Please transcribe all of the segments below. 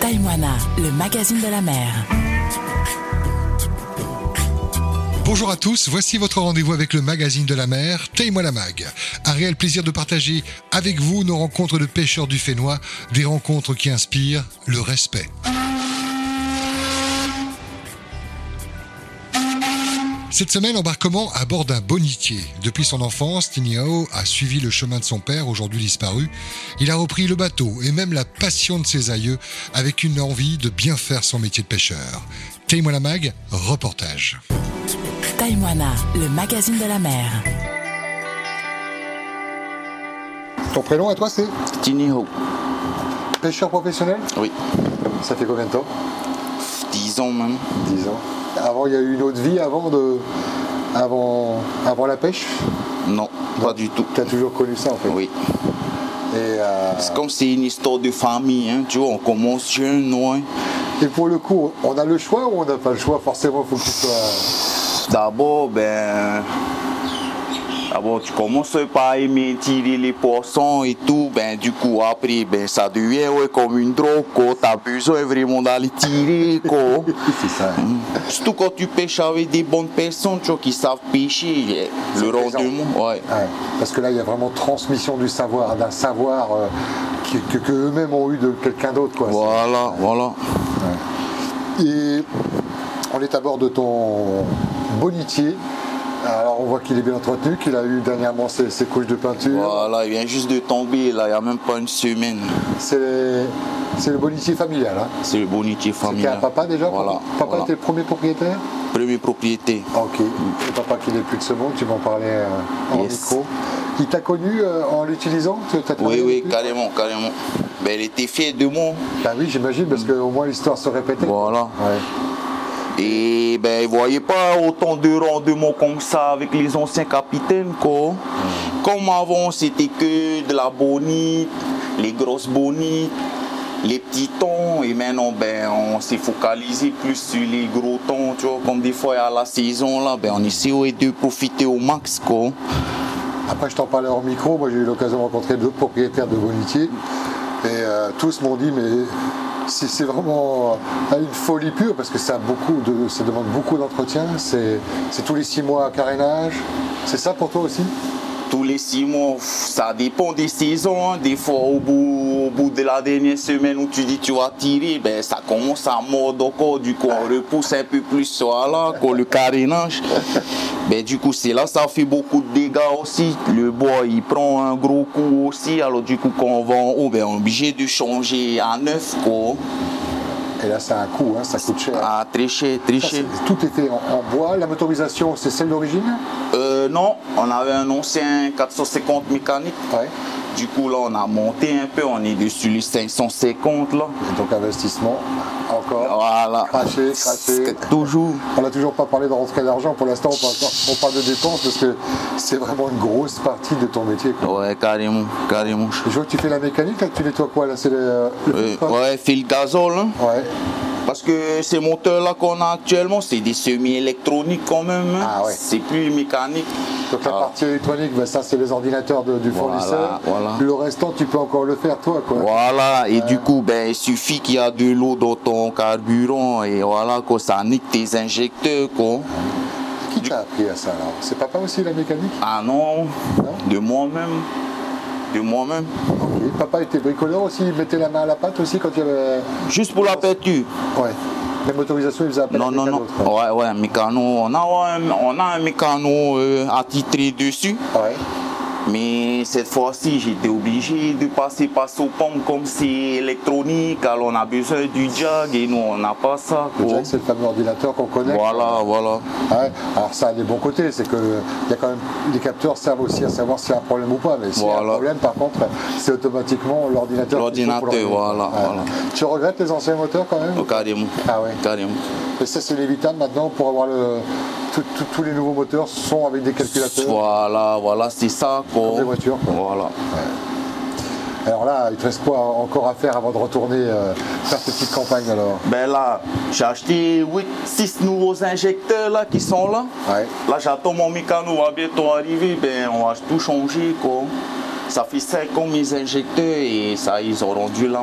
Taïmoana, le magazine de la mer. Bonjour à tous, voici votre rendez-vous avec le magazine de la mer, Taille-moi la mag. Un réel plaisir de partager avec vous nos rencontres de pêcheurs du Fénois, des rencontres qui inspirent le respect. Cette semaine, embarquement à bord d'un bonitier. Depuis son enfance, Tignao a suivi le chemin de son père, aujourd'hui disparu. Il a repris le bateau et même la passion de ses aïeux avec une envie de bien faire son métier de pêcheur. Taille-moi la mag, reportage. Taïmoana, le magazine de la mer. Ton prénom à toi, c'est Tiniho, pêcheur professionnel oui, Ça fait combien de temps 10 ans même. 10 ans. Avant, il y a eu une autre vie avant de. Avant, avant la pêche, Non, pas du tout. tu as toujours connu ça en fait. Oui, Et, euh, c'est comme c'est une histoire de famille, hein, tu vois, on commence jeune, loin. et pour le coup, on a le choix ou on n'a pas le choix Forcément, il faut que tu sois. D'abord, ben. D'abord, tu commences par aimer tirer les poissons et tout, ben du coup, après, ben ça devient ouais, comme une drogue, quoi. T'as besoin vraiment d'aller tirer, quoi. C'est ça. Mm. Surtout quand tu pêches avec des bonnes personnes, tu vois, qui savent pêcher, eh, C'est le plaisant. rendement, ouais. Ouais, Ah, parce que là, il y a vraiment transmission du savoir, d'un savoir euh, qui- que, que eux-mêmes ont eu de quelqu'un d'autre. quoi. Voilà, voilà. Et on est à bord de ton bonitier. Alors, on voit qu'il est bien entretenu, qu'il a eu dernièrement ses, ses couches de peinture. Voilà, il vient juste de tomber, là, il n'y a même pas une semaine. C'est c'est le bonitier familial. hein. C'est le bonitier C'est qu'il y a familial. un papa déjà Voilà. Papa voilà. était le premier propriétaire Premier propriété. Ah, Ok. C'est papa qui n'est plus de ce monde, tu m'en parlais euh, en Yes. micro. Il t'a connu euh, en l'utilisant Tu- t'as Oui, travaillé oui, avec lui carrément, carrément. Ben, il était fier de moi. Bah oui, j'imagine, Mm. parce qu'au moins l'histoire se répétait. Voilà. Ouais. Et ben, il voyait pas autant de rendements comme ça avec les anciens capitaines, quoi. Comme avant, c'était que de la bonite, les grosses bonites, les petits tons. Et maintenant, ben, on s'est focalisé plus sur les gros tons, tu vois. Comme des fois, à la saison, là, ben, on essaie ouais, de profiter au max, quoi. Après, je t'en parlais en micro. Moi, j'ai eu l'occasion de rencontrer d'autres propriétaires de Bonitier. Et euh, tous m'ont dit, mais c'est c'est vraiment euh, une folie pure, parce que ça, a beaucoup de, ça demande beaucoup d'entretien. C'est c'est tous les six mois à carénage. C'est ça pour toi aussi Tous les six mois, pff, ça dépend des saisons. hein. Des fois, au bout, au bout de la dernière semaine où tu dis tu vas tirer, ben, ça commence à mordre encore. Du coup, on repousse un peu plus là, quand le carénage. Ben, du coup, c'est là ça fait beaucoup de dégâts aussi. Le bois, il prend un gros coup aussi. Alors, du coup, quand on va en haut, ben, on est obligé de changer à neuf, quoi. Et là, ça a un coût, hein, ça coûte cher. À tricher, Ça, tricher. c'est- tout était en, en bois. La motorisation, c'est celle d'origine Euh, non, on avait un ancien 450 mécanique. Ouais. Du coup, là, on a monté un peu, on est dessus les 550, là. Et donc, investissement, encore. Voilà. Cracher, cracher. Toujours. On n'a toujours pas parlé de rentrée d'argent. Pour l'instant, on parle, on parle de dépenses parce que c'est vraiment une grosse partie de ton métier. quoi. Ouais, carrément, carrément. Je vois que tu fais la mécanique, là, tu nettoies quoi là C'est le. le Euh, filtre ouais, fil gazole, hein. Ouais. parce que ces moteurs-là qu'on a actuellement, c'est des semi-électroniques quand même. hein. Ah ouais. C'est plus mécanique. Donc la Ah, partie électronique, ben, ça c'est les ordinateurs de- du Voilà, fournisseur. voilà. Le restant, tu peux encore le faire toi, quoi. Voilà, et Euh. du coup, ben, il suffit qu'il y a de l'eau dans ton carburant et voilà, quoi, ça nique tes injecteurs, quoi. Qui t'a appris à ça alors C'est papa aussi la mécanique Ah Hein? non, Non. de moi-même. De moi-même. Ok. Papa était bricoleur aussi, il mettait la main à la pâte aussi quand il y avait. Juste pour la peinture. Ouais. La motorisation, il faisait appel à Non, non, quelqu'un non. d'autre, ouais. Ouais, ouais, un mécano. On a, un- on a un mécano euh, attitré dessus. Ouais. Mais cette fois-ci, j'étais obligé de passer par Sopom comme c'est électronique. Alors on a besoin du jag et nous, on n'a pas ça. Le quoi. jack, c'est le fameux ordinateur qu'on connaît. Voilà, voilà. Ouais. Alors ça a des bons côtés, c'est que il y a quand même les capteurs servent aussi à savoir s'il y a un problème ou pas. Mais s'il y a un Voilà. problème, par contre, c'est automatiquement l'ordinateur. qui joue pour L'ordinateur, l'ordinateur. voilà, voilà. Tu regrettes les anciens moteurs quand même Oh, Carrément. Ah ouais. Carrément. Et ça, c'est l'évitable maintenant pour avoir le. tout- tout- tous les nouveaux moteurs sont avec des calculateurs. Voilà, voilà, c'est ça. Quoi. Comme les voitures, quoi. Voilà. Alors là, il te reste quoi encore à faire avant de retourner euh, faire cette petite campagne alors Ben là, j'ai acheté 8, 6 nouveaux injecteurs là qui sont là. Ouais. Là, j'attends mon mécano va bientôt arriver. Ben, on va tout changer quoi. Ça fait 5 ans mes injecteurs et ça, ils auront du là.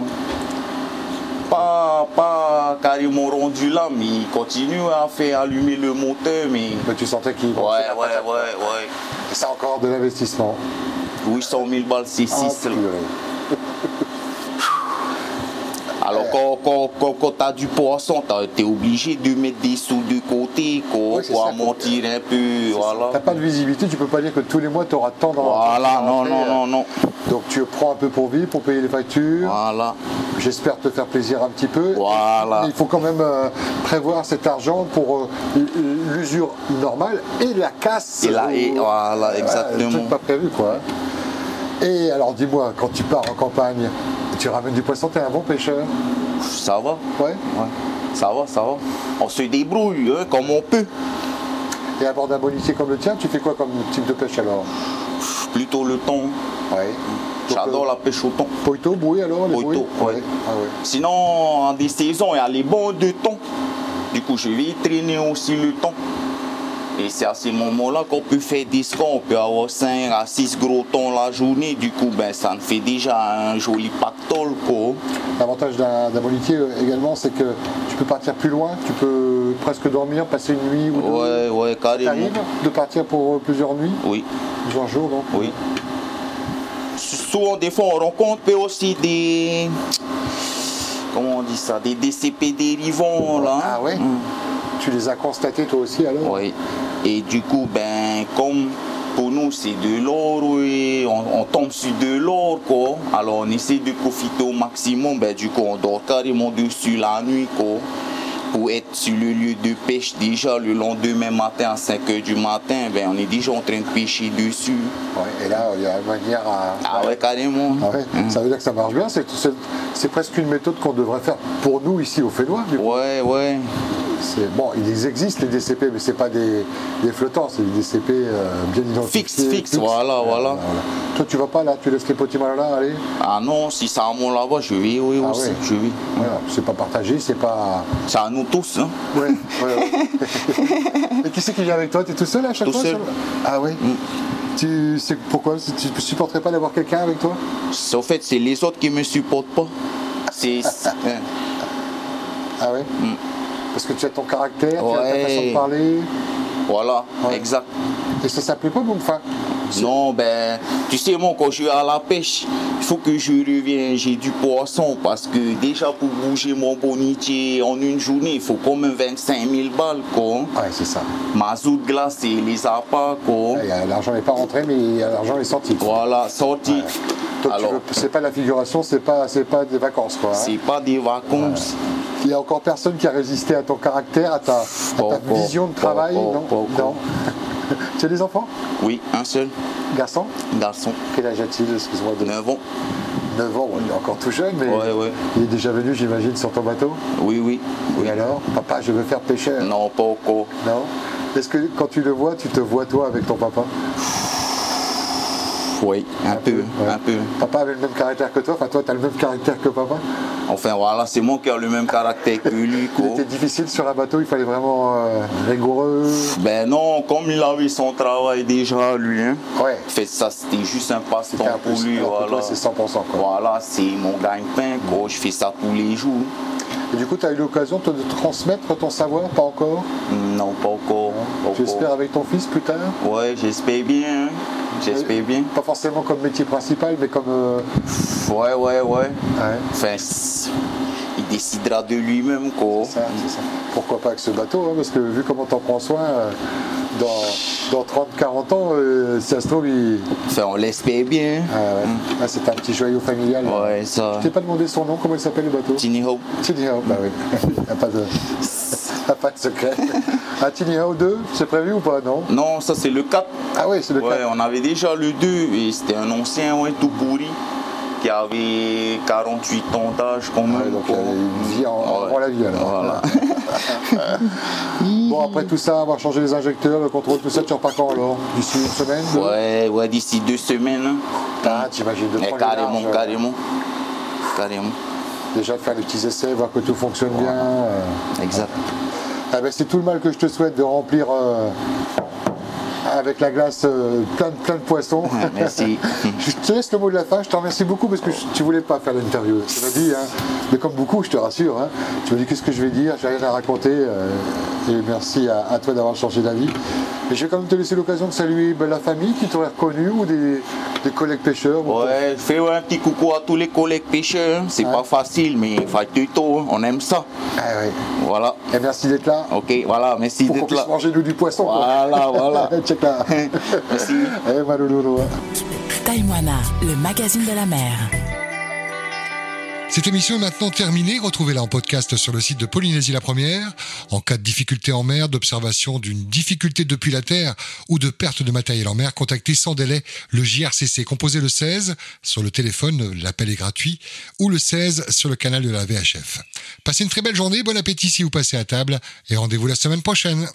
Pas pas, pas carrément rendu là, mais il continue à faire allumer le moteur, mais... Mais tu sentais qu'il Ouais, ouais, ouais, ouais. C'est encore de l'investissement. 800 000 balles, c'est Ah, 6. purée. Alors quand, quand, quand, quand t'as du poisson, t'as- t'es obligé de mettre des sous de côté quoi, Ouais, c'est pour ça, amortir un peu, voilà. T'as pas de visibilité, tu peux pas dire que tous les mois tu auras tant dans Voilà, dans non, l'entrée. non, non, non. Donc tu prends un peu pour vivre, pour payer les factures. Voilà. J'espère te faire plaisir un petit peu. Voilà. Mais il faut quand même euh, prévoir cet argent pour euh, l- l'usure normale et la casse. Et là, et Ou- voilà, Ouais, exactement. le truc pas prévu, quoi. Et alors, dis-moi, quand tu pars en campagne, tu ramènes du poisson, t'es un bon pêcheur Ça va, Ouais. ouais. Ça va, ça va. On se débrouille hein, comme on peut. Et à bord d'un bonitier comme le tien, tu fais quoi comme type de pêche alors Pff, Plutôt le thon. Ouais. J'adore la pêche au thon. Poito, euh, bouée alors les Poitou, bouées ouais. Ah, ouais. Sinon, en des saisons, il y a les bons de thon. Du coup, je vais traîner aussi le thon. Et c'est à ce moment-là qu'on peut faire des scores. On peut avoir 5 à 6 gros tons la journée. Du coup, ben, ça me fait déjà un joli pactole, quoi. L'avantage d'un d'un bonitier euh, également, c'est que tu peux partir plus loin, tu peux presque dormir, passer une nuit ou deux. Ouais, ouais, carrément. T'arrives de partir pour euh, plusieurs nuits, Oui, plusieurs jours, non oui. Souvent, des fois, on rencontre mais aussi des... Comment on dit ça Des DCP dérivants, là. hein. Ah ouais Hmm. Tu les as constatés toi aussi alors Oui. Et du coup, ben, comme pour nous c'est de l'or, oui, on, on tombe sur de l'or, quoi. Alors on essaie de profiter au maximum, ben, du coup on dort carrément dessus la nuit, quoi. Pour être sur le lieu de pêche déjà le lendemain matin à 5h du matin, ben, on est déjà en train de pêcher dessus. Ouais, Et là, il y a une manière à. Ah ouais, carrément. Ah ouais, Mm. Ça veut dire que ça marche bien, c'est- c'est c'est presque une méthode qu'on devrait faire pour nous ici au Fénois. du coup. Ouais, ouais. C'est- Bon, ils existent les DCP, mais ce pas des, des flottants, c'est des DCP euh, bien identifiés. Fixe, fixe, voilà, voilà. Toi, tu vas pas là, tu laisses les petits malins là, allez Ah non, si ça à mon là-bas, je vais, oui, Ah aussi, ouais. je vais. Voilà, c'est pas partagé, c'est pas. C'est à nous tous, hein. Ouais, ouais, ouais. Et qui c'est qui vient avec toi T'es tout seul à chaque Tout fois seul. Mm. sur- Ah oui Tu sais pourquoi Tu ne supporterais pas d'avoir quelqu'un avec toi En fait, c'est les autres qui me supportent pas. C'est. c'est- hein. Ah ouais Parce que tu as ton caractère, tu as ta Mm. Ouais. façon de parler. Voilà, Ouais. exact. Et ça s'appelait pas, bon, enfin. Non, ben, tu sais, moi, quand je vais à la pêche, il faut que je revienne, j'ai du poisson, parce que déjà, pour bouger mon bonitier en une journée, il faut quand même 25 000 balles, quoi. hein. Ouais, c'est ça. Mazout glacé, les appâts, quoi. hein. Ouais, il y a- L'argent n'est pas rentré, mais il y a- l'argent est sorti. Voilà, sorti. Donc, tu Alors, veux- c'est pas de la figuration, c'est pas, c'est pas des vacances, quoi. hein. c'est pas des vacances. Il y a encore personne qui a résisté à ton caractère, à ta, à ta Pas encore, vision de pas travail, encore, non pas encore. Non. tu as des enfants Oui, un seul Garçon garçon, Quel âge a-t-il Excuse-moi. De... 9 ans. 9 ans, ouais, il est encore tout jeune, mais Ouais, ouais. il est déjà venu, j'imagine, sur ton bateau. Oui, oui. Et alors Papa, je veux faire pêcheur. Non, pas encore. Non Est-ce que quand tu le vois, tu te vois toi avec ton papa Oui, un, peu, Ouais. un peu. Papa avait le même caractère que toi, enfin toi, tu as le même caractère que papa. Enfin, voilà, c'est moi qui ai le même caractère que lui, quoi. C'était difficile sur un bateau, il fallait vraiment euh, rigoureux. Ben non, comme il avait son travail déjà, lui, hein. Ouais. Fait ça, c'était juste un C'était passe-temps un pour plus, lui, alors que toi, voilà. c'est 100%, quoi. Voilà, c'est mon gagne-pain, quoi. Je fais ça tous les jours. Et du coup, tu as eu l'occasion toi, de transmettre ton savoir, pas encore Non, pas encore. pas Tu espères encore. avec ton fils plus tard Ouais, j'espère bien, hein. J'espère bien. Pas forcément comme métier principal, mais comme. euh, Ouais, ouais, ouais. ouais, Enfin, c'est- il décidera de lui-même, quoi. ça, c'est ça. Pourquoi pas avec ce bateau hein, Parce que vu comment t'en prends soin, euh, dans, dans 30-40 ans, euh, si ça se trouve, il. Enfin, on l'espère bien. hein. Ah ouais. Ah, c'est un petit joyau familial. Mm. Ouais, ça. Je t'ai pas demandé son nom, comment il s'appelle le bateau Tiny Hope. Tiny Hao, bah oui. Il n'y a pas de. y a pas de secret. Un Tiny Hao 2, c'est prévu ou pas Non Non, ça, c'est le 4. Ah oui, c'est le Mm. Ouais, cas. on avait déjà le 2 et c'était un ancien ouais, tout pourri qui avait 48 ans d'âge quand même. Ouais, donc euh, il quoi. y a une vie en- Ah ouais. avant la vie alors. Voilà. Bon, après tout ça, avoir changé les injecteurs, le contrôle, tout ça, tu repars quand alors D'ici une semaine deux ouais, Eh, ouais, d'ici deux semaines. hein. Ah, t'imagines de Mais prendre carrément, les larges, euh. carrément. Carrément. Déjà de faire des petits essais, voir que tout fonctionne bien. euh. Exact. Ah ben, c'est tout le mal que je te souhaite de remplir euh, avec la glace euh, plein, de- plein de poissons. Merci. je te laisse le mot de la fin. Je te remercie beaucoup parce que je- tu voulais pas faire l'interview. Je l'ai dit, hein. mais comme beaucoup, je te rassure. hein. Tu me dis qu'est-ce que je vais dire, j'ai rien à raconter. euh, et merci à, à toi d'avoir changé d'avis. Mais je vais quand même te laisser l'occasion de saluer ben, la famille qui t'aurait reconnu ou des, des collègues pêcheurs. ou- Ouais, je fais un petit coucou à tous les collègues pêcheurs. hein. C'est pas facile, mais il fait du tôt, hein. on aime ça. Ah ouais. Voilà. Et merci d'être là. Ok, voilà, merci Pour qu'on d'être là. puisse manger nous du poisson. quoi. Voilà, voilà. Check là. Merci. Eh, Maloulou, hein. Taïwana, le magazine de la mer. Cette émission est maintenant terminée. Retrouvez-la en podcast sur le site de Polynésie la Première. En cas de difficulté en mer, d'observation d'une difficulté depuis la Terre ou de perte de matériel en mer, contactez sans délai le JRCC. Composez le 16 sur le téléphone, l'appel est gratuit, ou le 16 sur le canal de la VHF. Passez une très belle journée, bon appétit si vous passez à table et rendez-vous la semaine prochaine.